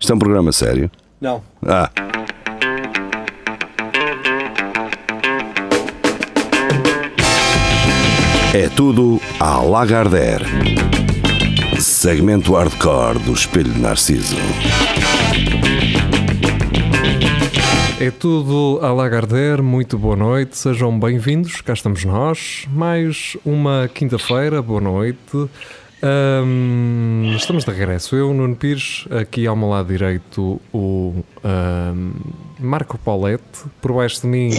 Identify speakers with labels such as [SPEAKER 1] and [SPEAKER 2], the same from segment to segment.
[SPEAKER 1] Isto é um programa sério.
[SPEAKER 2] Não.
[SPEAKER 1] Ah, é tudo à Lagardère. Segmento hardcore do Espelho de Narciso.
[SPEAKER 3] É tudo a Lagardère, muito boa noite, sejam bem-vindos, cá estamos nós, mais uma quinta-feira, boa noite. Ahm, estamos de regresso, eu, Nuno Pires, aqui ao meu lado direito o ahm, Marco Paulette, por baixo de mim,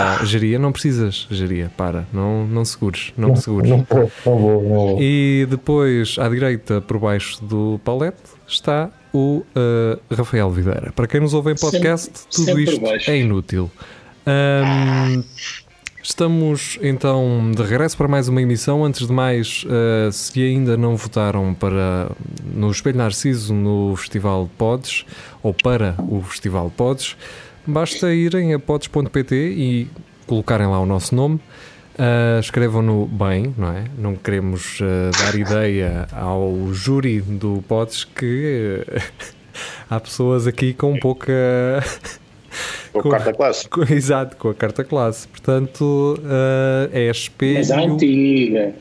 [SPEAKER 3] ah, Geria, não precisas, Geria, para, não, não segures, não me segures.
[SPEAKER 4] Não vou, não vou, não vou.
[SPEAKER 3] E depois, à direita, por baixo do Paulette, está o uh, Rafael Videira. Para quem nos ouve em podcast, tudo
[SPEAKER 5] sempre
[SPEAKER 3] isto
[SPEAKER 5] por baixo.
[SPEAKER 3] é inútil. Ahm, estamos então de regresso para mais uma emissão. Antes de mais, uh, se ainda não votaram para no Espelho Narciso no Festival Pods, ou para o Festival Pods, basta irem a pods.pt e colocarem lá o nosso nome. Ah, Escrevam-no bem, não é? Não queremos ah, dar ideia ao júri do Pods que eh, há pessoas aqui com pouca.
[SPEAKER 4] Vou quarta classe.
[SPEAKER 3] com- exato, com a carta classe. Portanto, ah, é SP.
[SPEAKER 5] Mas a
[SPEAKER 3] e o-
[SPEAKER 5] antiga.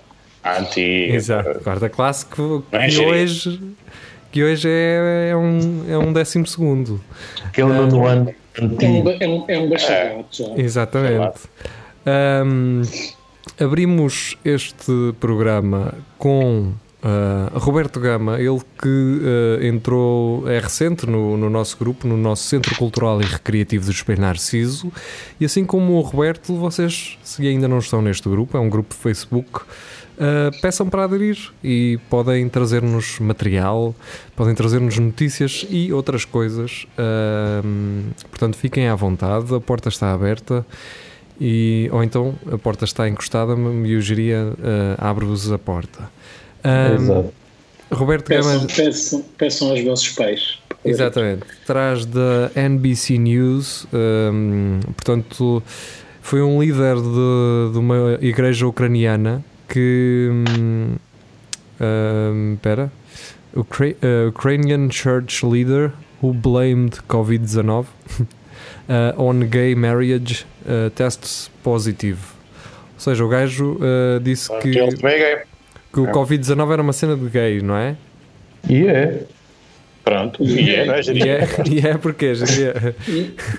[SPEAKER 4] Antiga.
[SPEAKER 3] Exato, quarta classe que,
[SPEAKER 4] é,
[SPEAKER 3] que
[SPEAKER 4] Jerry?
[SPEAKER 3] hoje, que hoje é, é um, é um décimo segundo.
[SPEAKER 4] Aquele nono ano
[SPEAKER 5] É um,
[SPEAKER 4] antigo.
[SPEAKER 5] ba- é um, é um bacharel, pessoal.
[SPEAKER 3] Exatamente. Ahm, abrimos este programa com ah, Roberto Gama, ele que ah, entrou, é recente no, no nosso grupo, no nosso Centro Cultural e Recreativo do Espelho Narciso. E assim como o Roberto, vocês, se ainda não estão neste grupo, é um grupo Facebook. ah, peçam para aderir e podem trazer-nos material, podem trazer-nos notícias e outras coisas. Ahm, portanto, fiquem à vontade, a porta está aberta. E, ou então a porta está encostada e o geria ah, abre-vos a porta. Ahm,
[SPEAKER 4] Exato.
[SPEAKER 3] Roberto Gama,
[SPEAKER 5] Peçam, peçam, peçam aos vossos pais.
[SPEAKER 3] exatamente, traz da NBC News, ahm, portanto, foi um líder de, de uma igreja ucraniana que. hum, ahm, Espera. Ukra- eh, Ukrainian Church Leader who blamed Covid-19 eh, on gay marriage eh, tests positive. Ou seja, o gajo eh, disse que,
[SPEAKER 4] Aquele também é gay.
[SPEAKER 3] que o Covid-19 era uma cena de gay, não é?
[SPEAKER 4] E é. Pronto. E é, não é,
[SPEAKER 3] E
[SPEAKER 4] Jeria?
[SPEAKER 3] é, e é porque geria.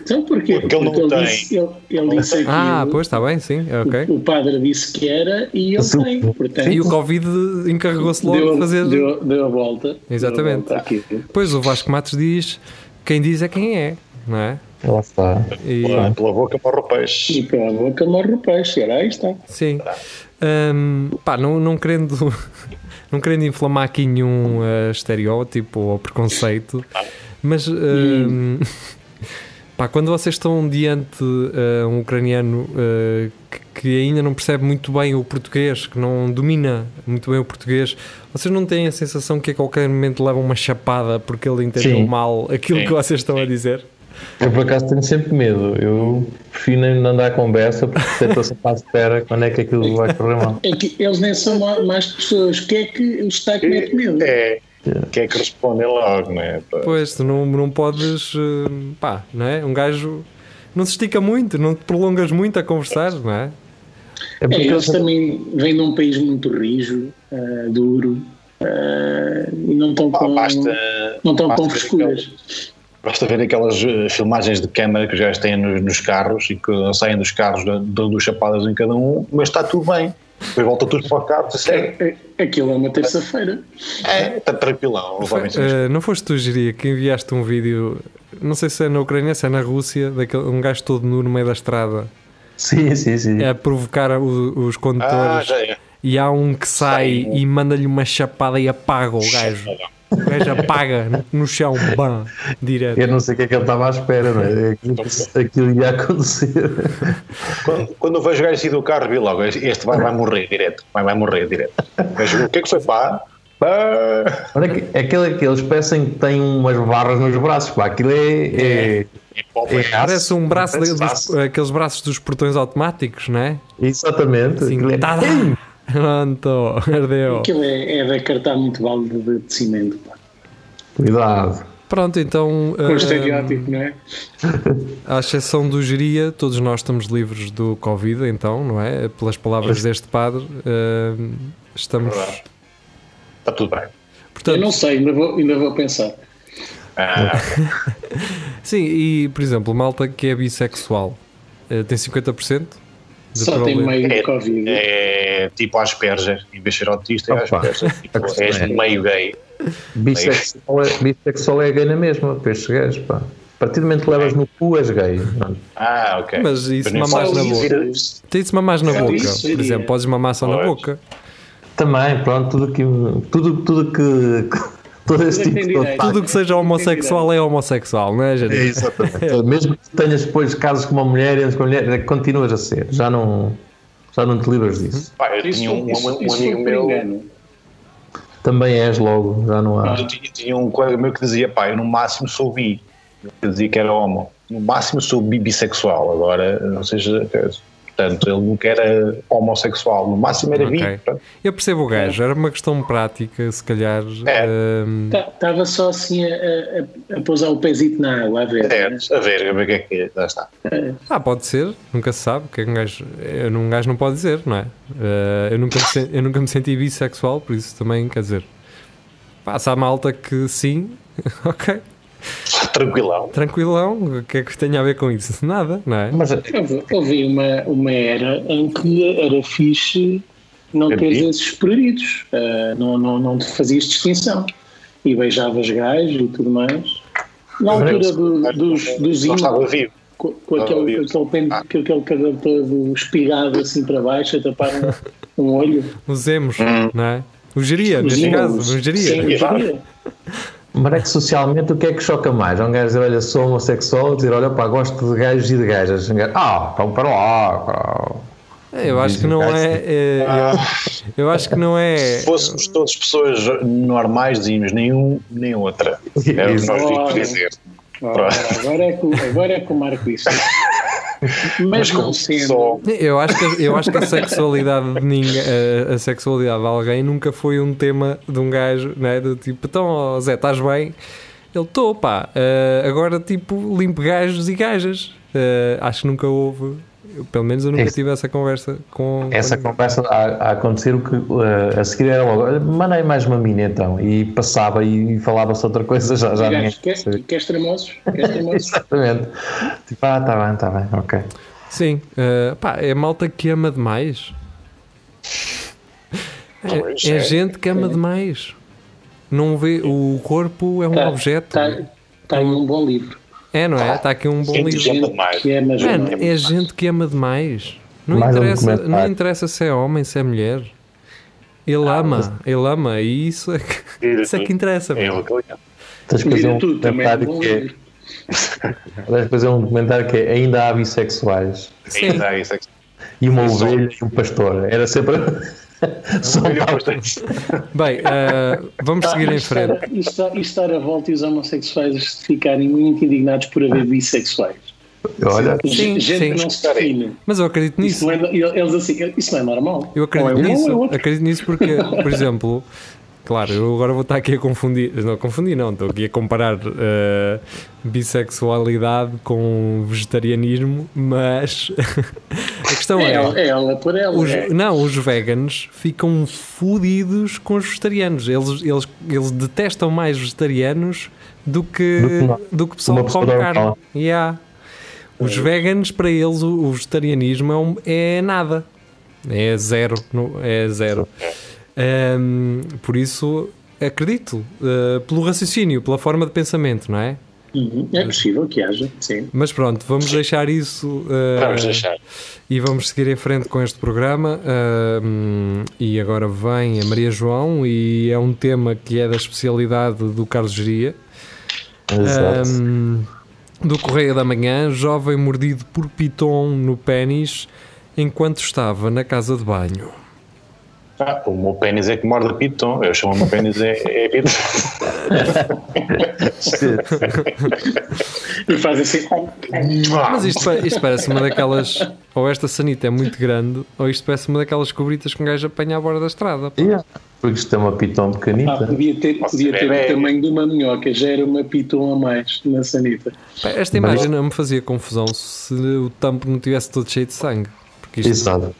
[SPEAKER 5] Então porquê?
[SPEAKER 4] Porque ele não tem.
[SPEAKER 5] ele disse, ele, ele disse aquilo.
[SPEAKER 3] Ah, pois está bem, sim, é ok.
[SPEAKER 5] o, o padre disse que era e ele tem. Portanto,
[SPEAKER 3] E o Covid encarregou-se logo
[SPEAKER 5] deu,
[SPEAKER 3] de fazer.
[SPEAKER 5] deu, deu a volta.
[SPEAKER 3] Exatamente.
[SPEAKER 5] Deu a volta àquilo.
[SPEAKER 3] Pois o Vasco Matos diz: quem diz é quem é, não é?
[SPEAKER 4] Lá está.
[SPEAKER 3] E,
[SPEAKER 4] Lá, é pela boca para o peixe.
[SPEAKER 5] E pela boca morre o peixe. Era aí está.
[SPEAKER 3] Sim. Ahm, pá, não, não querendo. Não querendo inflamar aqui nenhum ah, estereótipo ou preconceito, mas. ahm, pá, quando vocês estão diante ah, um ucraniano ah, que, que ainda não percebe muito bem o português, que não domina muito bem o português, vocês não têm a sensação que a qualquer momento levam uma chapada porque ele entendeu
[SPEAKER 4] Sim.
[SPEAKER 3] mal aquilo
[SPEAKER 4] Sim.
[SPEAKER 3] que vocês estão a dizer?
[SPEAKER 4] Eu por acaso tenho sempre medo. Eu prefiro nem andar à conversa porque estou sempre à espera quando é que aquilo vai correr mal.
[SPEAKER 5] É que eles nem são ma- mais pessoas. O que é que o destaque mete medo?
[SPEAKER 4] É. Que é que respondem logo, não é? Pá.
[SPEAKER 3] Pois, tu não, não podes. eh, pá, não é? Um gajo não se estica muito, não te prolongas muito a conversar, não é?
[SPEAKER 4] É
[SPEAKER 5] É,
[SPEAKER 4] porque
[SPEAKER 5] eles
[SPEAKER 4] eles-
[SPEAKER 5] também vêm de um país muito rijo, ah, duro, ah, e não estão
[SPEAKER 4] pá,
[SPEAKER 5] com,
[SPEAKER 4] basta.
[SPEAKER 5] não estão
[SPEAKER 4] basta
[SPEAKER 5] com
[SPEAKER 4] ver
[SPEAKER 5] frescuras.
[SPEAKER 4] Basta ver aquelas eh, filmagens de câmara que os gajos têm nos, nos carros e que saem dos carros, dão duas chapadas em cada um, mas está tudo bem. Depois volta tudo para o carro, e segue.
[SPEAKER 5] É, é- Aquilo é uma terça-feira.
[SPEAKER 4] É, está tranquilão. Os
[SPEAKER 3] Foi-
[SPEAKER 4] homens
[SPEAKER 3] eh, não foste tu, Geria, que enviaste um vídeo, não sei se é na Ucrânia, se é na Rússia, daquele, um gajo todo nu no meio da estrada,
[SPEAKER 4] Sim, sim, sim.
[SPEAKER 3] a provocar o- os
[SPEAKER 4] Ah,
[SPEAKER 3] condutores.
[SPEAKER 4] já é.
[SPEAKER 3] e há um que sai
[SPEAKER 4] Sai.
[SPEAKER 3] e manda-lhe uma chapada e apaga o gajo. O gajo apaga no- no chão, bam, direto.
[SPEAKER 4] Eu não sei o que é que ele estava à espera, não é? Aquilo, aquilo ia acontecer. Quando, quando eu vejo o gajo sair do carro, vi logo, este vai, vai morrer direto, vai, vai morrer direto. Vejo, o que é que foi pá? Pá!
[SPEAKER 6] Olha, que- aquele que eles parecem que têm umas barras nos braços, pá, aquilo é. é,
[SPEAKER 4] E pá,
[SPEAKER 6] é aço.
[SPEAKER 3] Parece um braço,
[SPEAKER 6] Parece
[SPEAKER 3] daqueles-
[SPEAKER 6] aço.
[SPEAKER 3] aqueles braços dos portões automáticos, não é?
[SPEAKER 6] Exatamente.
[SPEAKER 3] Sim,
[SPEAKER 6] aquilo é-
[SPEAKER 3] tá Pronto, ardeu.
[SPEAKER 5] Oh. Aquilo é, é de acartar muito balde de, de cimento. pá.
[SPEAKER 6] Cuidado.
[SPEAKER 3] Pronto, então.
[SPEAKER 5] Com
[SPEAKER 3] ah,
[SPEAKER 5] estereótipo, não é?
[SPEAKER 3] À exceção do geria, todos nós estamos livres do Covid, então, não é? Pelas palavras deste padre, hum, estamos.
[SPEAKER 4] Verdade. Está tudo bem.
[SPEAKER 5] Eu
[SPEAKER 3] Portanto,
[SPEAKER 5] não sei, ainda vou, ainda vou pensar.
[SPEAKER 4] Ah,
[SPEAKER 3] sim, e por exemplo, malta que é bissexual eh, tem 50% de
[SPEAKER 5] Só tem
[SPEAKER 3] probabilidade.
[SPEAKER 5] meio
[SPEAKER 4] é,
[SPEAKER 5] de Covid.
[SPEAKER 4] é tipo Asperger, em vez de ser autista, é
[SPEAKER 6] Opa.
[SPEAKER 4] Asperger. Tipo,
[SPEAKER 3] é
[SPEAKER 4] és meio gay.
[SPEAKER 6] Bissexual é, bissexual é gay na mesma, para estes gajos, pá. A partir do momento que levas no cu és gay. mano.
[SPEAKER 4] Ah, ok.
[SPEAKER 3] Mas isso
[SPEAKER 4] nem
[SPEAKER 3] mamás
[SPEAKER 4] sabes
[SPEAKER 3] na
[SPEAKER 4] dizer-
[SPEAKER 3] boca. Tem-se mamás na
[SPEAKER 5] Já
[SPEAKER 3] boca,
[SPEAKER 5] disse,
[SPEAKER 3] por
[SPEAKER 5] geria.
[SPEAKER 3] exemplo, podes mamar só na
[SPEAKER 4] Pois.
[SPEAKER 3] boca.
[SPEAKER 6] Também, pronto, tudo que. Tudo, tudo que. Todo esse
[SPEAKER 5] Tudo que tem
[SPEAKER 6] tipo de
[SPEAKER 5] direito.
[SPEAKER 6] contacto.
[SPEAKER 3] Tudo que seja homossexual é homossexual, não é,
[SPEAKER 6] É,
[SPEAKER 3] Jair?
[SPEAKER 6] exatamente. Mesmo que tenhas depois casos com uma mulher e antes com uma mulher, continuas a ser. Já não, já não te livras disso.
[SPEAKER 4] Pá, eu
[SPEAKER 5] Isso,
[SPEAKER 4] tinha um, um-
[SPEAKER 5] isso,
[SPEAKER 4] um
[SPEAKER 5] isso foi
[SPEAKER 4] amigo
[SPEAKER 5] por
[SPEAKER 4] meu.
[SPEAKER 5] engano.
[SPEAKER 3] Uhum.
[SPEAKER 6] Também és logo, já não há.
[SPEAKER 5] Uhum.
[SPEAKER 4] Eu tinha, tinha um colega meu que dizia, pá, eu no máximo sou bi. Eu dizia que era homo. No máximo sou bi bissexual. Agora, não seja. Portanto, ele nunca era homossexual. No máximo era
[SPEAKER 3] Ok.
[SPEAKER 4] bi. Portanto,
[SPEAKER 3] Eu percebo o
[SPEAKER 5] É.
[SPEAKER 3] gajo, era uma questão prática, se calhar.
[SPEAKER 4] É.
[SPEAKER 3] hum,
[SPEAKER 5] Estava só assim a, a, a- a pousar o pezito na água, a ver. né?
[SPEAKER 4] é, a ver, a ver o que é que é. Já está.
[SPEAKER 3] Ah, pode ser, nunca se sabe. o Que é que um, gajo, é, um gajo não pode dizer, não é? Eh, eu, nunca me sen- eu nunca me senti bissexual, por isso também, quer dizer, passa a malta que sim, ok,
[SPEAKER 4] Tranquilão.
[SPEAKER 3] tranquilão, o que é que tem a ver com isso? Nada, não é?
[SPEAKER 6] Mas
[SPEAKER 5] Houve, houve uma, uma era em que era fixe não
[SPEAKER 4] Era
[SPEAKER 5] teres
[SPEAKER 4] fixe?
[SPEAKER 5] esses pruridos, Ah, não, não, não te fazias distinção. E beijavas gajos e tudo mais. Na
[SPEAKER 3] é
[SPEAKER 5] altura do- dos, dos
[SPEAKER 4] Não
[SPEAKER 5] índios,
[SPEAKER 4] estava Ah, vivo.
[SPEAKER 5] com, com aquele,
[SPEAKER 4] vivo.
[SPEAKER 5] aquele, pente, com aquele cabelo todo espigado assim para baixo, a tapar um, um olho.
[SPEAKER 3] Usemos, não é? O geria,
[SPEAKER 5] Os
[SPEAKER 3] neste
[SPEAKER 5] índios.
[SPEAKER 3] caso, o
[SPEAKER 5] Sim,
[SPEAKER 3] geria.
[SPEAKER 5] os geria.
[SPEAKER 6] Mas é que socialmente o que é que choca mais? É um gajo dizer, olha, sou homossexual, dizer, olha, pá, gosto de gajos e de gajas. Um gajo, ah, então para lá, para lá.
[SPEAKER 3] Eu acho que não é. eh, eu, eu acho que não é.
[SPEAKER 4] Se fôssemos todas pessoas normais, dizíamos nenhum nem outra. Era o que nós vimos dizer.
[SPEAKER 5] Ora, Agora é que, o- agora é que o Marco disse. Mas, não sendo.
[SPEAKER 4] Só
[SPEAKER 3] Eu acho que, eu acho que a sexualidade de ninguém, a, a sexualidade de alguém nunca foi um tema de um gajo, né? Do tipo, então, ó, Zé, estás bem? Ele, estou, pá. ah, agora, tipo, limpo gajos e gajas. Ah, acho que nunca houve, eu- pelo menos eu nunca
[SPEAKER 6] Esse-
[SPEAKER 3] tive essa conversa com. com
[SPEAKER 5] Uhum.
[SPEAKER 6] Essa
[SPEAKER 3] ninguém.
[SPEAKER 6] conversa a, a acontecer, o que eh, a seguir era logo, olha, mandei mais uma mina então, e passava e, falava-se outra coisa, já, já ninguém
[SPEAKER 5] Gajos, queres,
[SPEAKER 6] sabia.
[SPEAKER 5] queres tremosos? Queres tremosos?
[SPEAKER 6] Exatamente. Tipo, ah, tá bem, tá bem, ok.
[SPEAKER 3] Sim, ah, pá, é malta que ama demais.
[SPEAKER 4] Pois
[SPEAKER 3] É, é
[SPEAKER 4] é.
[SPEAKER 3] gente que ama demais. Não vê, o corpo é
[SPEAKER 5] Tá,
[SPEAKER 3] um objeto.
[SPEAKER 5] Está em um bom livro.
[SPEAKER 3] É, não é? Está aqui um bom livro.
[SPEAKER 4] inteligente demais.
[SPEAKER 5] Que é mais
[SPEAKER 3] Mano,
[SPEAKER 5] ou menos.
[SPEAKER 3] é gente que ama demais. Não
[SPEAKER 6] Mais um
[SPEAKER 3] interessa, não
[SPEAKER 6] documentário.
[SPEAKER 3] interessa se é homem, se é mulher. Ele
[SPEAKER 5] Ah,
[SPEAKER 3] ama, ele ama, e isso é que, isso é que interessa.
[SPEAKER 4] É
[SPEAKER 3] mano.
[SPEAKER 4] o que eu-
[SPEAKER 6] Tens de fazer um
[SPEAKER 5] Vira tudo também é um
[SPEAKER 6] documentário
[SPEAKER 5] bom
[SPEAKER 6] que é,
[SPEAKER 5] livro.
[SPEAKER 6] tens de fazer um documentário que é ainda há bissexuais.
[SPEAKER 4] Ainda há isso é aqui.
[SPEAKER 6] E uma
[SPEAKER 4] Só.
[SPEAKER 6] ovelha e um pastor. Era sempre. Só
[SPEAKER 5] um
[SPEAKER 4] Olha,
[SPEAKER 6] dava-
[SPEAKER 4] bastante.
[SPEAKER 3] Bem, ah, vamos seguir em
[SPEAKER 5] Isto era-
[SPEAKER 3] frente.
[SPEAKER 5] Isto isto estar a volta e os homossexuais ficarem muito indignados por haver bissexuais.
[SPEAKER 6] Olha,
[SPEAKER 3] Sim,
[SPEAKER 5] gente
[SPEAKER 3] sim.
[SPEAKER 5] que não se define.
[SPEAKER 3] Mas eu acredito
[SPEAKER 5] Isso
[SPEAKER 3] nisso.
[SPEAKER 5] não é, eles assim, isso não é normal.
[SPEAKER 3] Eu acredito
[SPEAKER 5] Ou é um ou é
[SPEAKER 3] nisso.
[SPEAKER 5] outro.
[SPEAKER 3] Acredito nisso porque, por exemplo, claro, eu agora vou estar aqui a confundir. Não, confundi não, estou aqui a comparar eh, bissexualidade com vegetarianismo, mas a questão
[SPEAKER 5] É
[SPEAKER 3] é.
[SPEAKER 5] ela, é ela por ela.
[SPEAKER 3] Os-
[SPEAKER 5] é.
[SPEAKER 3] Não, os veganos ficam fodidos com os vegetarianos. Eles, eles, eles detestam mais vegetarianos do que,
[SPEAKER 6] Do que não.
[SPEAKER 3] do que pessoal
[SPEAKER 6] Uma
[SPEAKER 3] que
[SPEAKER 6] pessoa
[SPEAKER 3] come carne.
[SPEAKER 6] normal. É.
[SPEAKER 3] Yeah. Os veganos, para eles, o, o vegetarianismo é, um- é nada. É zero. não- É zero. Ahm, por isso, acredito. ah, pelo raciocínio, pela forma de pensamento, não é?
[SPEAKER 5] Uhum, é possível que haja, sim.
[SPEAKER 3] Mas pronto, vamos deixar isso. ah,
[SPEAKER 4] Vamos deixar.
[SPEAKER 3] e vamos seguir em frente com este programa. Ahm, e agora vem a Maria João e é um tema que é da especialidade do Carlos Geria.
[SPEAKER 6] exato.
[SPEAKER 3] Ahm, do Correio da Manhã, jovem mordido por piton no pênis enquanto estava na casa de banho.
[SPEAKER 4] Ah, o meu pênis é que morde a piton. Eu chamo o meu pênis é, é piton.
[SPEAKER 5] e faz assim.
[SPEAKER 3] Mas isto, pa- isto parece uma daquelas. Ou esta sanita é muito grande, ou isto parece uma daquelas cobritas que um gajo apanha à borda da estrada. pá.
[SPEAKER 6] Yeah, Porque isto é uma piton
[SPEAKER 5] Ah,
[SPEAKER 3] Então,
[SPEAKER 6] pequenita.
[SPEAKER 5] podia ter,
[SPEAKER 4] Nossa,
[SPEAKER 5] podia ter
[SPEAKER 4] é-
[SPEAKER 5] o tamanho de uma minhoca, já era uma piton a mais na sanita.
[SPEAKER 3] Pá, Esta imagem não me fazia confusão se o tampo não tivesse todo cheio de sangue. Porque isto
[SPEAKER 6] Exato.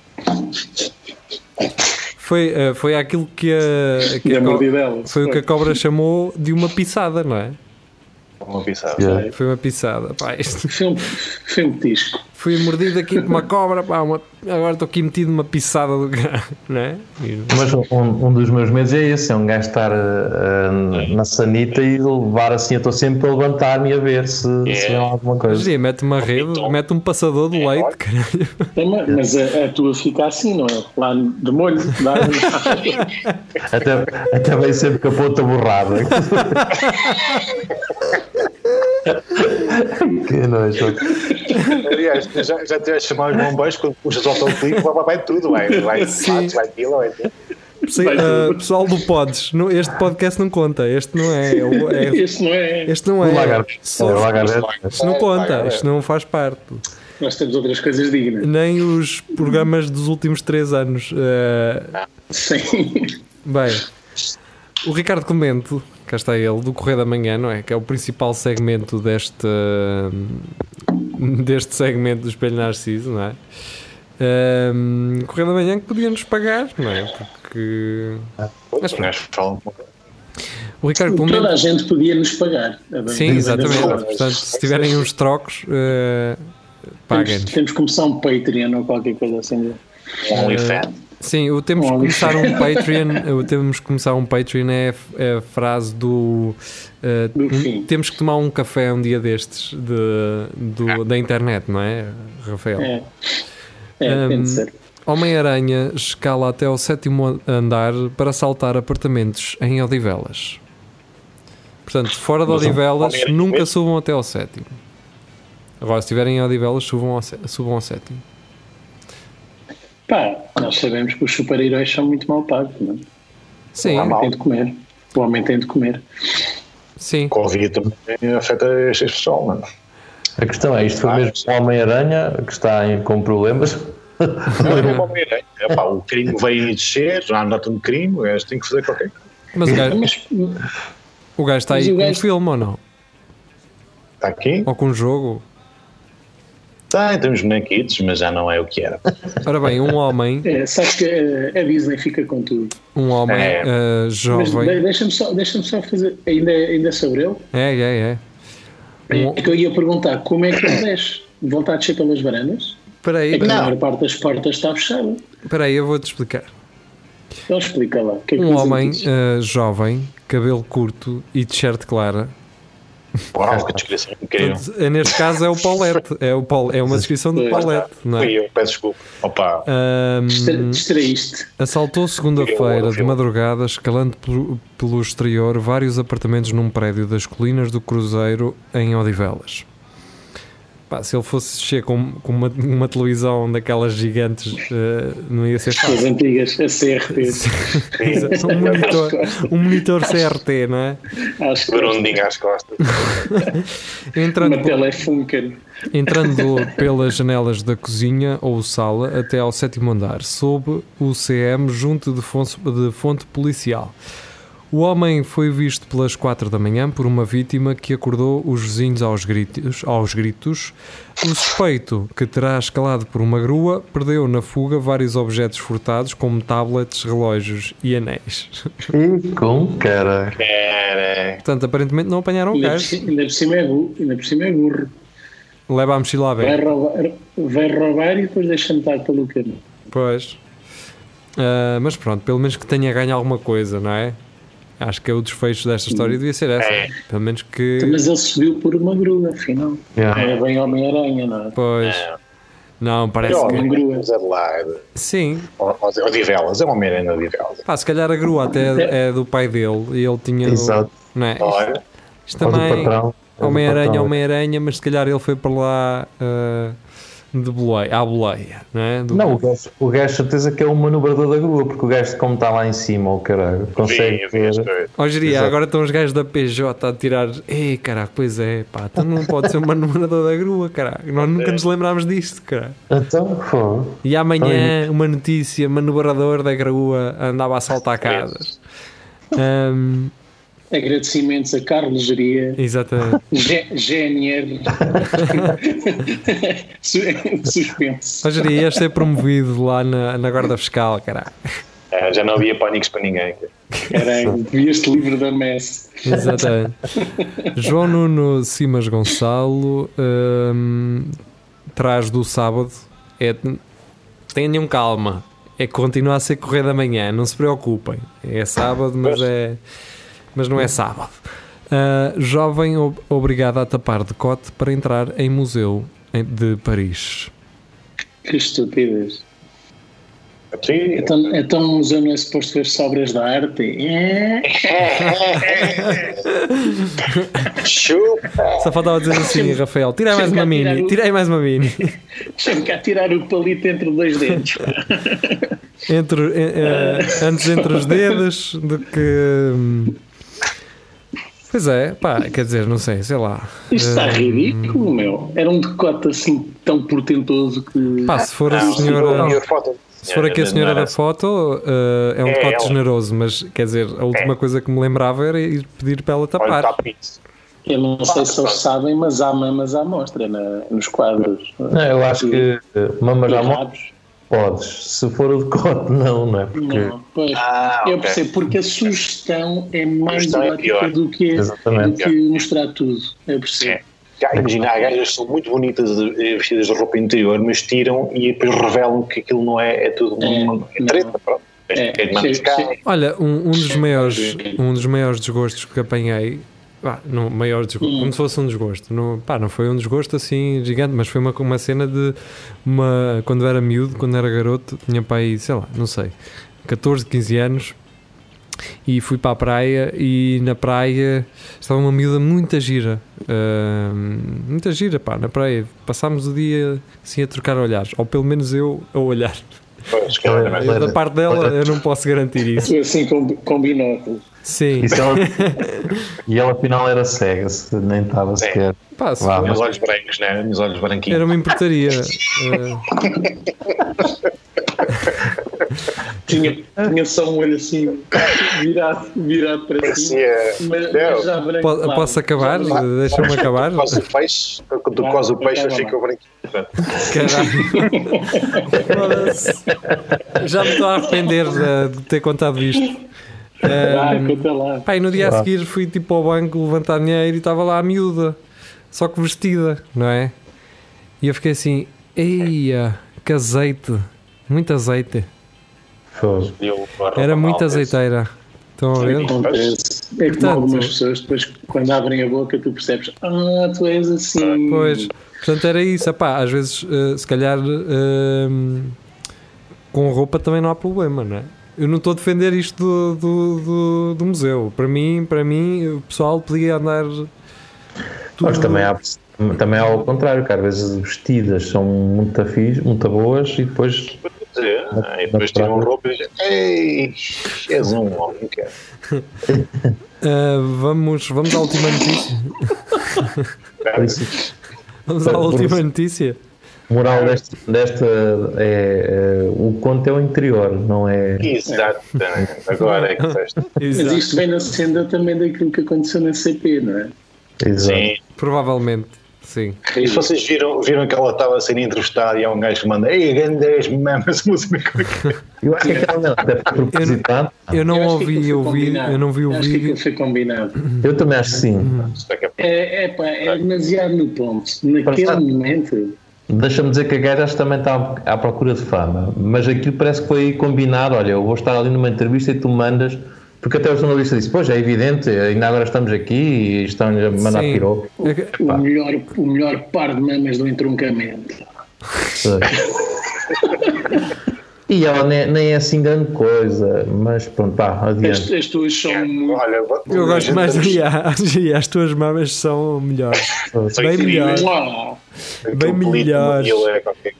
[SPEAKER 3] foi, eh, foi aquilo que a. Que
[SPEAKER 5] E
[SPEAKER 3] a
[SPEAKER 5] a
[SPEAKER 3] co-
[SPEAKER 5] mordidela.
[SPEAKER 3] foi o que a cobra chamou de uma pisada, não é?
[SPEAKER 4] Não pensava.
[SPEAKER 6] Yeah.
[SPEAKER 3] Foi uma pisada. Pá, isto-
[SPEAKER 5] Foi um, foi um petisco.
[SPEAKER 3] fui mordido aqui por uma cobra, pá, uma- agora estou aqui metido numa pisada do cara, não é? E-
[SPEAKER 6] Mas um, um dos meus medos é esse: é um gajo estar eh, eh, na sanita e levar assim. Eu estou sempre a levantar-me e a ver se,
[SPEAKER 5] É.
[SPEAKER 6] se vem alguma
[SPEAKER 3] Mas
[SPEAKER 6] coisa.
[SPEAKER 3] dia, mete uma rede, mete um passador de leite, caralho.
[SPEAKER 5] É, ma- Mas a, a tua fica assim, não é? Lá de molho, um dá
[SPEAKER 6] Até, até vem sempre com a ponta borrada. que nojo.
[SPEAKER 4] Aliás, já, já tiveste chamado os bombeiros quando puxas ao teu clique, vai, vai, vai tudo, vai, vai,
[SPEAKER 3] Sim.
[SPEAKER 4] vai, vai aquilo, vai tudo.
[SPEAKER 3] Sim,
[SPEAKER 5] Vai
[SPEAKER 3] ah,
[SPEAKER 5] tudo.
[SPEAKER 3] pessoal do Pods, não- este podcast não conta, este não é. é o- é-
[SPEAKER 5] Este não é.
[SPEAKER 3] este não
[SPEAKER 6] O
[SPEAKER 3] é.
[SPEAKER 6] lagarto.
[SPEAKER 3] Só-
[SPEAKER 6] O lagarto. é-
[SPEAKER 3] Isto não conta, isto não faz parte.
[SPEAKER 5] Nós temos outras coisas dignas.
[SPEAKER 3] Nem os programas dos últimos três anos. Ah,
[SPEAKER 5] Sim.
[SPEAKER 3] bem, o Ricardo Clemente, cá está ele, do Correio da Manhã, não é? Que é o principal segmento deste, deste segmento do Espelho Narciso, não é? Ah, Correio da Manhã que podia-nos pagar, não é? Porque
[SPEAKER 4] Os gajos falam.
[SPEAKER 3] o Ricardo Clemente.
[SPEAKER 5] Toda a gente podia nos pagar. É bem-
[SPEAKER 3] Sim,
[SPEAKER 5] bem-
[SPEAKER 3] exatamente.
[SPEAKER 5] bem-
[SPEAKER 3] Portanto, se tiverem uns trocos, eh,
[SPEAKER 5] Temos,
[SPEAKER 3] paguem-nos.
[SPEAKER 5] temos que começar um Patreon ou qualquer coisa assim.
[SPEAKER 4] OnlyFans.
[SPEAKER 3] Sim, o temos que começar um Patreon. O temos que começar um Patreon é, é a frase do. eh,
[SPEAKER 5] Do
[SPEAKER 3] um-
[SPEAKER 5] fim.
[SPEAKER 3] temos que tomar um café um dia destes de, do- da internet, não é, Rafael?
[SPEAKER 5] É, é
[SPEAKER 3] Hum.
[SPEAKER 5] tem de ser.
[SPEAKER 3] Homem-Aranha escala até ao sétimo andar para saltar apartamentos em Odivelas. Portanto, fora de Odivelas,
[SPEAKER 4] Homem-Aranha
[SPEAKER 3] nunca
[SPEAKER 4] mesmo?
[SPEAKER 3] subam até ao sétimo. Agora, se estiverem em Odivelas, subam ao, sé- subam ao sétimo.
[SPEAKER 5] Pá, nós sabemos que os super-heróis são muito mal pagos. Não? é?
[SPEAKER 3] Sim,
[SPEAKER 5] O homem tem de comer. O homem tem de comer.
[SPEAKER 3] sim.
[SPEAKER 4] Covid também afeta este pessoal, mano.
[SPEAKER 6] A questão é: isto foi mesmo o Homem-Aranha que está em- com problemas.
[SPEAKER 4] Não é como é, né? Epá, o crime veio descer, já há nota de crime, o gajo tem que fazer qualquer coisa.
[SPEAKER 3] Mas o gajo,
[SPEAKER 5] Mas
[SPEAKER 3] o gajo está
[SPEAKER 5] Mas
[SPEAKER 3] aí
[SPEAKER 5] o
[SPEAKER 3] com um
[SPEAKER 5] gajo-
[SPEAKER 3] filme ou não?
[SPEAKER 4] Está aqui?
[SPEAKER 3] Ou com um jogo?
[SPEAKER 4] Tá, tem uns bonequitos, mas já não é o que era.
[SPEAKER 3] Ora bem, um homem,
[SPEAKER 5] é, sabes que eh, a Disney fica com tudo.
[SPEAKER 3] um homem
[SPEAKER 4] É.
[SPEAKER 3] ah,
[SPEAKER 5] Mas de-
[SPEAKER 3] jovem.
[SPEAKER 5] deixa-me só, deixa só fazer. Ainda, ainda sobre ele?
[SPEAKER 3] É, é, é. Um,
[SPEAKER 5] É que eu ia perguntar como é que ele desce? Vão estar a descer pelas varandas?
[SPEAKER 3] peraí,
[SPEAKER 5] É que a
[SPEAKER 3] peraí,
[SPEAKER 5] maior parte das portas está fechada.
[SPEAKER 3] peraí, eu vou-te explicar.
[SPEAKER 5] Então explica lá. o Que é que
[SPEAKER 3] Um
[SPEAKER 5] dizem
[SPEAKER 3] homem
[SPEAKER 5] disso?
[SPEAKER 3] ah, jovem, cabelo curto e t-shirt clara.
[SPEAKER 4] Uau, que descrição incrível.
[SPEAKER 3] Portanto, Neste caso é o Paulette. É, o Paul, é uma descrição de Paulette, não
[SPEAKER 4] Fui
[SPEAKER 3] é?
[SPEAKER 4] eu, peço desculpa. Opa,
[SPEAKER 3] Ahm,
[SPEAKER 5] Distra- Distraíste.
[SPEAKER 3] assaltou segunda-feira de madrugada, escalando pelo, pelo exterior vários apartamentos num prédio das colinas do Cruzeiro em Odivelas. Pá, se ele fosse cheio com, com uma, uma televisão daquelas gigantes, eh, não ia ser fácil.
[SPEAKER 5] As antigas, a CRT.
[SPEAKER 3] Exato, um, monitor, um monitor CRT, não é?
[SPEAKER 5] Acho que
[SPEAKER 4] Brundinho às costas.
[SPEAKER 3] Entrando
[SPEAKER 5] uma telefunken.
[SPEAKER 3] Um Entrando pelas janelas da cozinha ou sala até ao sétimo andar, sob o CM junto de fonte, de fonte policial. O homem foi visto pelas quatro da manhã por uma vítima que acordou os vizinhos aos gritos. Aos gritos. O suspeito, que terá escalado por uma grua, perdeu na fuga vários objetos furtados, como tablets, relógios e anéis.
[SPEAKER 6] E com cara.
[SPEAKER 4] Era.
[SPEAKER 3] Portanto, aparentemente não apanharam o
[SPEAKER 5] Ainda por
[SPEAKER 3] gajo.
[SPEAKER 5] ci- ainda por cima é burro. Ainda por cima é burro.
[SPEAKER 3] Leva a mochila aberta.
[SPEAKER 5] Vai roubar, vai roubar e depois deixa-me estar pelo caminho.
[SPEAKER 3] Pois. Ah, mas pronto, pelo menos que tenha ganho alguma coisa, não é? Acho que é o desfecho desta história devia ser essa.
[SPEAKER 4] É.
[SPEAKER 3] Pelo menos que.
[SPEAKER 6] Então,
[SPEAKER 5] Então, Mas ele subiu por uma grua, afinal.
[SPEAKER 3] Ah.
[SPEAKER 6] Yeah.
[SPEAKER 5] Era bem Homem-Aranha, não é?
[SPEAKER 3] Pois. Não, parece
[SPEAKER 4] Não,
[SPEAKER 3] que.
[SPEAKER 6] né?
[SPEAKER 5] Homem.
[SPEAKER 4] gruas é de lá. é de-
[SPEAKER 3] Sim.
[SPEAKER 4] Ou ou de velas, é uma merenda de velas.
[SPEAKER 3] Pá, se calhar a grua até é do pai dele e ele tinha. o-
[SPEAKER 6] Exato.
[SPEAKER 3] Não é? Isto,
[SPEAKER 4] Olha,
[SPEAKER 3] isto
[SPEAKER 6] Ou do
[SPEAKER 3] também. é
[SPEAKER 6] patrão. Ou do
[SPEAKER 3] Homem-Aranha,
[SPEAKER 6] patrão.
[SPEAKER 3] Homem-Aranha, mas se calhar ele foi para lá ah, de boleia, à boleia, não é? Do-
[SPEAKER 6] Não, o gajo, o gajo certeza que é um manobrador da grua, porque o gajo, como está lá em cima, o caralho, consegue ver.
[SPEAKER 3] Ó, geria,
[SPEAKER 6] Exato.
[SPEAKER 3] agora estão os gajos da PJ a tirar. Ei, caralho, pois é, pá, então não pode ser uma numeradora da grua, caralho. Nós nunca nos lembrámos disto, caralho.
[SPEAKER 6] Então, pô,
[SPEAKER 3] E amanhã, uma notícia: manobrador da grua andava a saltar casas. Ahm,
[SPEAKER 5] é? Agradecimentos a Carlos Geria,
[SPEAKER 3] exatamente.
[SPEAKER 5] G- GNR, Su- suspenso.
[SPEAKER 3] Ó, geria, este é promovido lá na, na Guarda Fiscal, caralho.
[SPEAKER 2] É, já não havia pânicos para ninguém.
[SPEAKER 5] Caralho, vi este livro da Messi.
[SPEAKER 3] Exatamente. João Nuno Simas Gonçalo hum, traz do sábado. É, tenham calma. É que continua a ser correr da manhã, não se preocupem. É sábado, mas, é, mas não é sábado. Ah, jovem ob- obrigado a tapar decote para entrar em museu em- de Paris.
[SPEAKER 5] Que estupidez.
[SPEAKER 2] Sim,
[SPEAKER 5] Então, então o museu não é suposto ver obras da arte? É.
[SPEAKER 2] chupa.
[SPEAKER 3] Só faltava dizer assim, Rafael, tirei mais uma mini, tirei mais uma mini.
[SPEAKER 5] Deixa-me cá tirar o palito entre dois dentes.
[SPEAKER 3] entre, eh, eh, antes entre os dedos do que. hum, Pois é, pá, quer dizer, não sei, sei lá.
[SPEAKER 5] Isto está ridículo, meu. Era um decote assim tão portentoso que.
[SPEAKER 3] Pá, se for a
[SPEAKER 4] E
[SPEAKER 3] senhora.
[SPEAKER 4] as fotos?
[SPEAKER 3] Se for
[SPEAKER 4] É,
[SPEAKER 3] aqui a senhora da foto, eh, é um
[SPEAKER 2] É
[SPEAKER 3] decote
[SPEAKER 2] ela.
[SPEAKER 3] generoso, mas quer dizer, a última coisa que me lembrava era ir pedir para ela
[SPEAKER 2] Olha,
[SPEAKER 4] tá
[SPEAKER 3] tapar.
[SPEAKER 2] está pinto.
[SPEAKER 5] Eu não sei se eles sabem, mas há mamas à mostra na- nos quadros.
[SPEAKER 6] não, eu acho que eh, mamas à mão
[SPEAKER 5] Errados.
[SPEAKER 6] podes. Se for o decote, não, não é? Porque.
[SPEAKER 5] Não, pois.
[SPEAKER 2] Ah,
[SPEAKER 5] Eu
[SPEAKER 2] ok.
[SPEAKER 5] percebo, porque a sugestão é mais
[SPEAKER 2] Sugestão é
[SPEAKER 5] dramática
[SPEAKER 2] pior.
[SPEAKER 5] do que, do
[SPEAKER 6] Exatamente.
[SPEAKER 5] que mostrar tudo. Eu percebo.
[SPEAKER 2] É.
[SPEAKER 4] Já imagina, há gajas que são muito bonitas eh, vestidas de roupa interior, mas tiram e depois revelam que aquilo não é, é tudo uma
[SPEAKER 5] não.
[SPEAKER 4] é treta, pronto.
[SPEAKER 5] É,
[SPEAKER 4] É, é de
[SPEAKER 5] chega-
[SPEAKER 4] manter cá.
[SPEAKER 5] chega-
[SPEAKER 3] Olha, um, um dos maiores, um dos maiores desgostos que apanhei, pá, não, maior desgosto, como se fosse um desgosto, não, pá, não foi um desgosto assim gigante, mas foi uma, uma cena de uma, quando era miúdo, quando era garoto, tinha pai, sei lá, não sei, 14, 15 anos, e fui para a praia e na praia estava uma miúda muita gira, ahm, muita gira, pá, na praia, passámos o dia assim a trocar olhares, ou pelo menos eu a olhar,
[SPEAKER 2] Pois,
[SPEAKER 4] é
[SPEAKER 2] cara, mas-
[SPEAKER 3] Eu, da parte dela eu não posso garantir isso.
[SPEAKER 5] Foi assim com, com binóculos.
[SPEAKER 3] Sim,
[SPEAKER 6] E, se ela, é e ela afinal era cega, se nem estava sequer.
[SPEAKER 3] pá, se
[SPEAKER 6] Vá,
[SPEAKER 3] for-
[SPEAKER 4] Meus olhos brancos, né? Meus olhos branquinhos.
[SPEAKER 3] era uma importaria. eh,
[SPEAKER 5] Tinha, tinha só um olho assim virado, virado para
[SPEAKER 4] Assim
[SPEAKER 5] cima.
[SPEAKER 4] é.
[SPEAKER 2] Parecia.
[SPEAKER 5] Mas,
[SPEAKER 2] Não.
[SPEAKER 5] mas já branco,
[SPEAKER 3] po-
[SPEAKER 5] claro.
[SPEAKER 3] posso acabar? Deixa-me acabar.
[SPEAKER 4] Quase o peixe, quando
[SPEAKER 5] Não,
[SPEAKER 4] cose o
[SPEAKER 5] não
[SPEAKER 4] peixe, eu
[SPEAKER 5] acaba
[SPEAKER 4] fico branquinho.
[SPEAKER 3] Caralho. Foda-se. Já me estou a arrepender de, de ter contado isto.
[SPEAKER 5] Ah,
[SPEAKER 3] Eh,
[SPEAKER 5] conta lá.
[SPEAKER 3] pá, e no dia a seguir fui tipo ao banco levantar dinheiro e estava lá a miúda, só que vestida, não é? E eu fiquei assim, eia, que azeite, muito azeite.
[SPEAKER 6] Fogo.
[SPEAKER 2] E eu-
[SPEAKER 3] Era muito
[SPEAKER 2] Ronaldo,
[SPEAKER 3] azeiteira. Estão a ver?
[SPEAKER 5] Acontece. É como
[SPEAKER 3] Portanto-
[SPEAKER 5] algumas pessoas, depois, quando abrem a boca, tu percebes: Ah, tu és assim.
[SPEAKER 3] Pois, portanto era isso. Epá, às vezes, eh, se calhar, eh, com roupa também não há problema, não é? Eu não estou a defender isto do, do, do- do museu. Para mim, para mim, o pessoal podia andar.
[SPEAKER 6] Mas também há, também há ao contrário, que às vezes as vestidas são muito afis, muito boas e depois.
[SPEAKER 2] quer
[SPEAKER 4] É,
[SPEAKER 2] dizer, E depois tiram roupa e dizem: Ei, és um homem, cara.
[SPEAKER 3] Ah, vamos, vamos à última notícia.
[SPEAKER 6] por isso,
[SPEAKER 3] Vamos à última notícia.
[SPEAKER 6] o moral desta, desta é, é, o conto é o interior, não é.
[SPEAKER 2] Exato. Agora é que festa.
[SPEAKER 5] Mas isto vem nascendo também daquilo que aconteceu na CP, não é?
[SPEAKER 6] Exato.
[SPEAKER 2] Sim.
[SPEAKER 3] Provavelmente, sim.
[SPEAKER 4] E se vocês viram, viram que ela estava a ser entrevistada e há um gajo que manda Ei, grandes mamas, música.
[SPEAKER 6] Eu acho que aquela não, até foi propositado.
[SPEAKER 3] Eu não
[SPEAKER 5] Ah. Eu acho que
[SPEAKER 3] ouvi,
[SPEAKER 5] aquilo
[SPEAKER 3] eu
[SPEAKER 5] foi
[SPEAKER 3] vi,
[SPEAKER 5] combinado.
[SPEAKER 3] eu não vi o
[SPEAKER 5] Acho que
[SPEAKER 3] vídeo.
[SPEAKER 5] aquilo foi combinado.
[SPEAKER 6] Eu também acho que sim.
[SPEAKER 5] É, é, pá, é demasiado no ponto. Naquele
[SPEAKER 6] Bastante.
[SPEAKER 5] momento.
[SPEAKER 6] Deixa-me dizer que a gaja acho que também está à procura de fama, mas aquilo parece que foi combinado. Olha, eu vou estar ali numa entrevista e tu mandas, porque até o jornalista disse: Pois é evidente, ainda agora estamos aqui e estão-lhe a mandar
[SPEAKER 3] Sim.
[SPEAKER 6] piropo.
[SPEAKER 3] É que-
[SPEAKER 5] O melhor, o melhor par de mamas do entroncamento.
[SPEAKER 6] E ela nem, nem é assim grande coisa, mas pronto, pá,
[SPEAKER 5] As,
[SPEAKER 6] adiante.
[SPEAKER 5] as tuas são muito.
[SPEAKER 2] Olha, vou-
[SPEAKER 3] Eu gosto
[SPEAKER 2] gente,
[SPEAKER 3] mais
[SPEAKER 2] estamos-
[SPEAKER 3] de IA. E as tuas mamas são melhores. Bem melhores.
[SPEAKER 5] Uau!
[SPEAKER 2] aquele
[SPEAKER 3] bem
[SPEAKER 2] pelito no
[SPEAKER 3] melhores.
[SPEAKER 2] mamilo um é qualquer-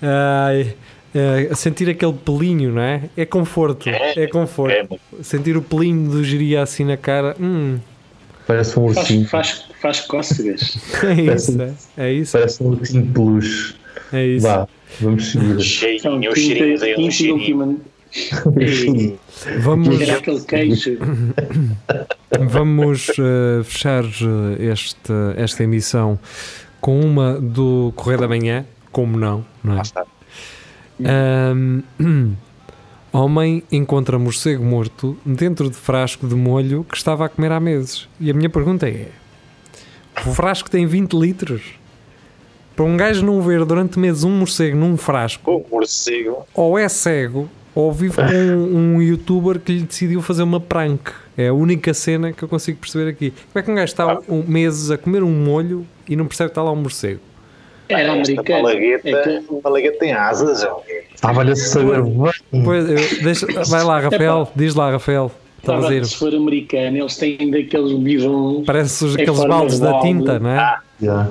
[SPEAKER 3] Ai, é, sentir aquele pelinho, não é? É conforto. É, conforto.
[SPEAKER 2] é muito.
[SPEAKER 3] Sentir o pelinho do giria assim na cara. Hum,
[SPEAKER 6] Parece um ursinho.
[SPEAKER 5] Faz, faz, faz cócegas.
[SPEAKER 3] é isso, é, é isso.
[SPEAKER 6] Parece um ursinho de peluche.
[SPEAKER 3] É isso.
[SPEAKER 6] Vá, vamos seguir.
[SPEAKER 5] São
[SPEAKER 2] Cheirinho, É o
[SPEAKER 5] 30
[SPEAKER 2] cheirinho dele, o
[SPEAKER 5] 20 um e um
[SPEAKER 2] cheirinho.
[SPEAKER 5] última.
[SPEAKER 3] Vamos,
[SPEAKER 5] Era aquele queijo.
[SPEAKER 3] vamos eh, fechar eh, esta, esta emissão com uma do Correio da Manhã. Como não, não é?
[SPEAKER 2] está.
[SPEAKER 3] Ahm, homem encontra morcego morto dentro de frasco de molho que estava a comer há meses. E a minha pergunta é: o frasco tem 20 litros? Para um gajo não ver durante meses um morcego num frasco,
[SPEAKER 2] Com o morcego.
[SPEAKER 3] ou é cego, ou vive com um, um youtuber que lhe decidiu fazer uma prank. É a única cena que eu consigo perceber aqui. Como é que um gajo está um, meses a comer um molho e não percebe que está lá um morcego?
[SPEAKER 5] Era
[SPEAKER 2] Esta
[SPEAKER 5] americano. É
[SPEAKER 2] malagueta,
[SPEAKER 5] que-
[SPEAKER 2] malagueta tem asas. é ó.
[SPEAKER 6] Estava-lhe a saber bem.
[SPEAKER 3] Pois, eu- deixa- vai lá, Rafael, diz lá, Rafael. Estás Tá a
[SPEAKER 5] Estava,
[SPEAKER 3] dizer.
[SPEAKER 5] se for americano, eles têm daqueles bidons.
[SPEAKER 3] Parece os,
[SPEAKER 5] É
[SPEAKER 3] aqueles
[SPEAKER 5] forma
[SPEAKER 3] baldes da
[SPEAKER 5] normal,
[SPEAKER 3] tinta, não é?
[SPEAKER 6] Já.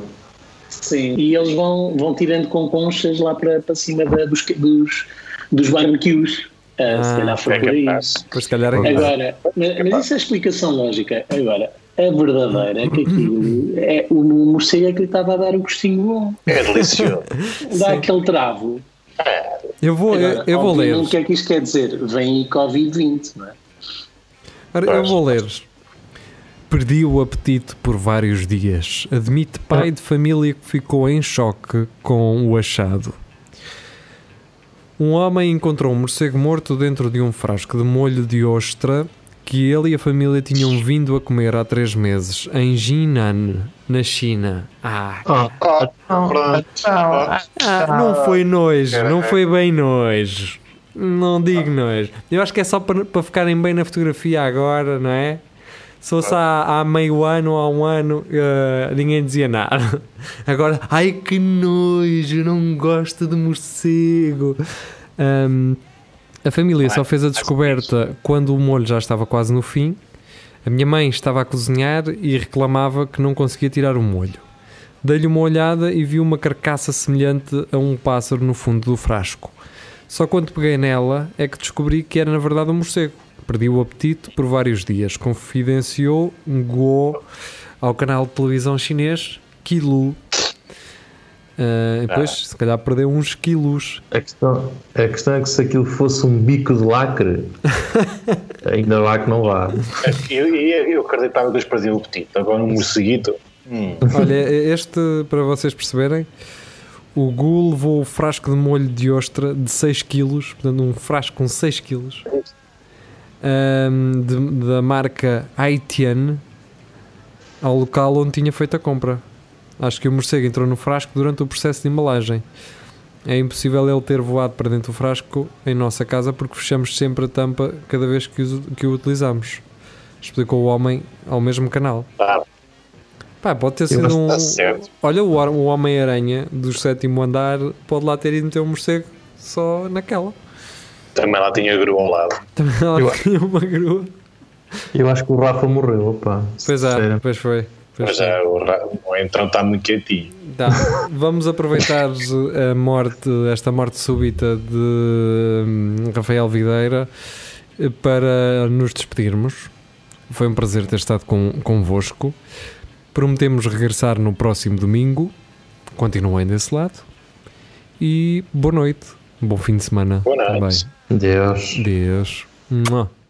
[SPEAKER 5] Sim. E eles vão, vão tirando com conchas lá para, para cima da- dos, dos, dos barbecues. Ah,
[SPEAKER 3] Ah,
[SPEAKER 5] se calhar foi
[SPEAKER 2] é
[SPEAKER 5] por
[SPEAKER 2] capaz.
[SPEAKER 5] isso.
[SPEAKER 3] Pois se calhar é que-
[SPEAKER 5] Agora, mas, mas isso é a explicação lógica. Agora, a verdadeira é que aquilo é o morcego é que lhe estava a dar o gostinho bom.
[SPEAKER 2] É delicioso.
[SPEAKER 5] Dá aquele travo.
[SPEAKER 3] Eu vou, eu, eu vou ler.
[SPEAKER 5] obviamente, O que é que isto quer dizer? Vem aí Covid-20, não é?
[SPEAKER 3] Ora, eu vou ler. Perdi o apetite por vários dias. Admite pai de família que ficou em choque com o achado. Um homem encontrou um morcego morto dentro de um frasco de molho de ostra que ele e a família tinham vindo a comer há três meses em Jinan, na China. Ah,
[SPEAKER 2] Ah, pronto. Ah,
[SPEAKER 3] Ah, não foi nojo, não foi bem nojo. Não digo nojo. Eu acho que é só para, para ficarem bem na fotografia agora, não é? Se fosse há, há meio ano ou há um ano, eh, ninguém dizia nada. Agora, ai que nojo, não gosto de morcego. Ahm, a família só fez a descoberta quando o molho já estava quase no fim. A minha mãe estava a cozinhar e reclamava que não conseguia tirar o molho. Dei-lhe uma olhada e vi uma carcaça semelhante a um pássaro no fundo do frasco. Só quando peguei nela é que descobri que era na verdade um morcego. Perdi o apetite por vários dias, confidenciou Go ao canal de televisão chinês Qilu. Ah, e depois, se calhar, perdeu uns quilos.
[SPEAKER 6] A questão, a questão é que se aquilo fosse um bico de lacre, ainda lá que não vá.
[SPEAKER 2] Eu, eu, eu acreditava que eles perdiam o petito. Agora um morceguito.
[SPEAKER 3] Olha, este, para vocês perceberem, o Gu levou o frasco de molho de ostra de 6 kg, portanto, um frasco com 6 kg, ahm, de- da marca Haitian, ao local onde tinha feito a compra. Acho que o morcego entrou no frasco durante o processo de embalagem. É impossível ele ter voado para dentro do frasco em nossa casa porque fechamos sempre a tampa cada vez que, os- que o utilizamos. Explicou o homem ao mesmo canal.
[SPEAKER 2] Ah,
[SPEAKER 3] Pá, pode ter sido
[SPEAKER 6] acho
[SPEAKER 3] um.
[SPEAKER 5] Hum.
[SPEAKER 2] está certo.
[SPEAKER 3] Olha, o, Or- o Homem-Aranha do sétimo andar pode lá ter ido meter um morcego só naquela.
[SPEAKER 2] Também lá tinha grua ao lado.
[SPEAKER 3] Também lá
[SPEAKER 6] Eu-
[SPEAKER 3] tinha uma grua.
[SPEAKER 6] Eu acho que o Rafa morreu, opa.
[SPEAKER 3] Pois é,
[SPEAKER 6] Sério.
[SPEAKER 3] pois foi. Pois
[SPEAKER 2] Mas
[SPEAKER 3] foi.
[SPEAKER 2] já, o ra- ou então está muito quietinho.
[SPEAKER 3] Tá. Vamos aproveitar a morte, esta morte súbita de hum, Rafael Videira eh, para nos despedirmos. Foi um prazer ter estado com, convosco. Prometemos regressar no próximo domingo. Continuem desse lado. E boa noite. Bom fim de semana.
[SPEAKER 2] Boa noite.
[SPEAKER 3] Também.
[SPEAKER 6] Deus.
[SPEAKER 3] Deus. Mua.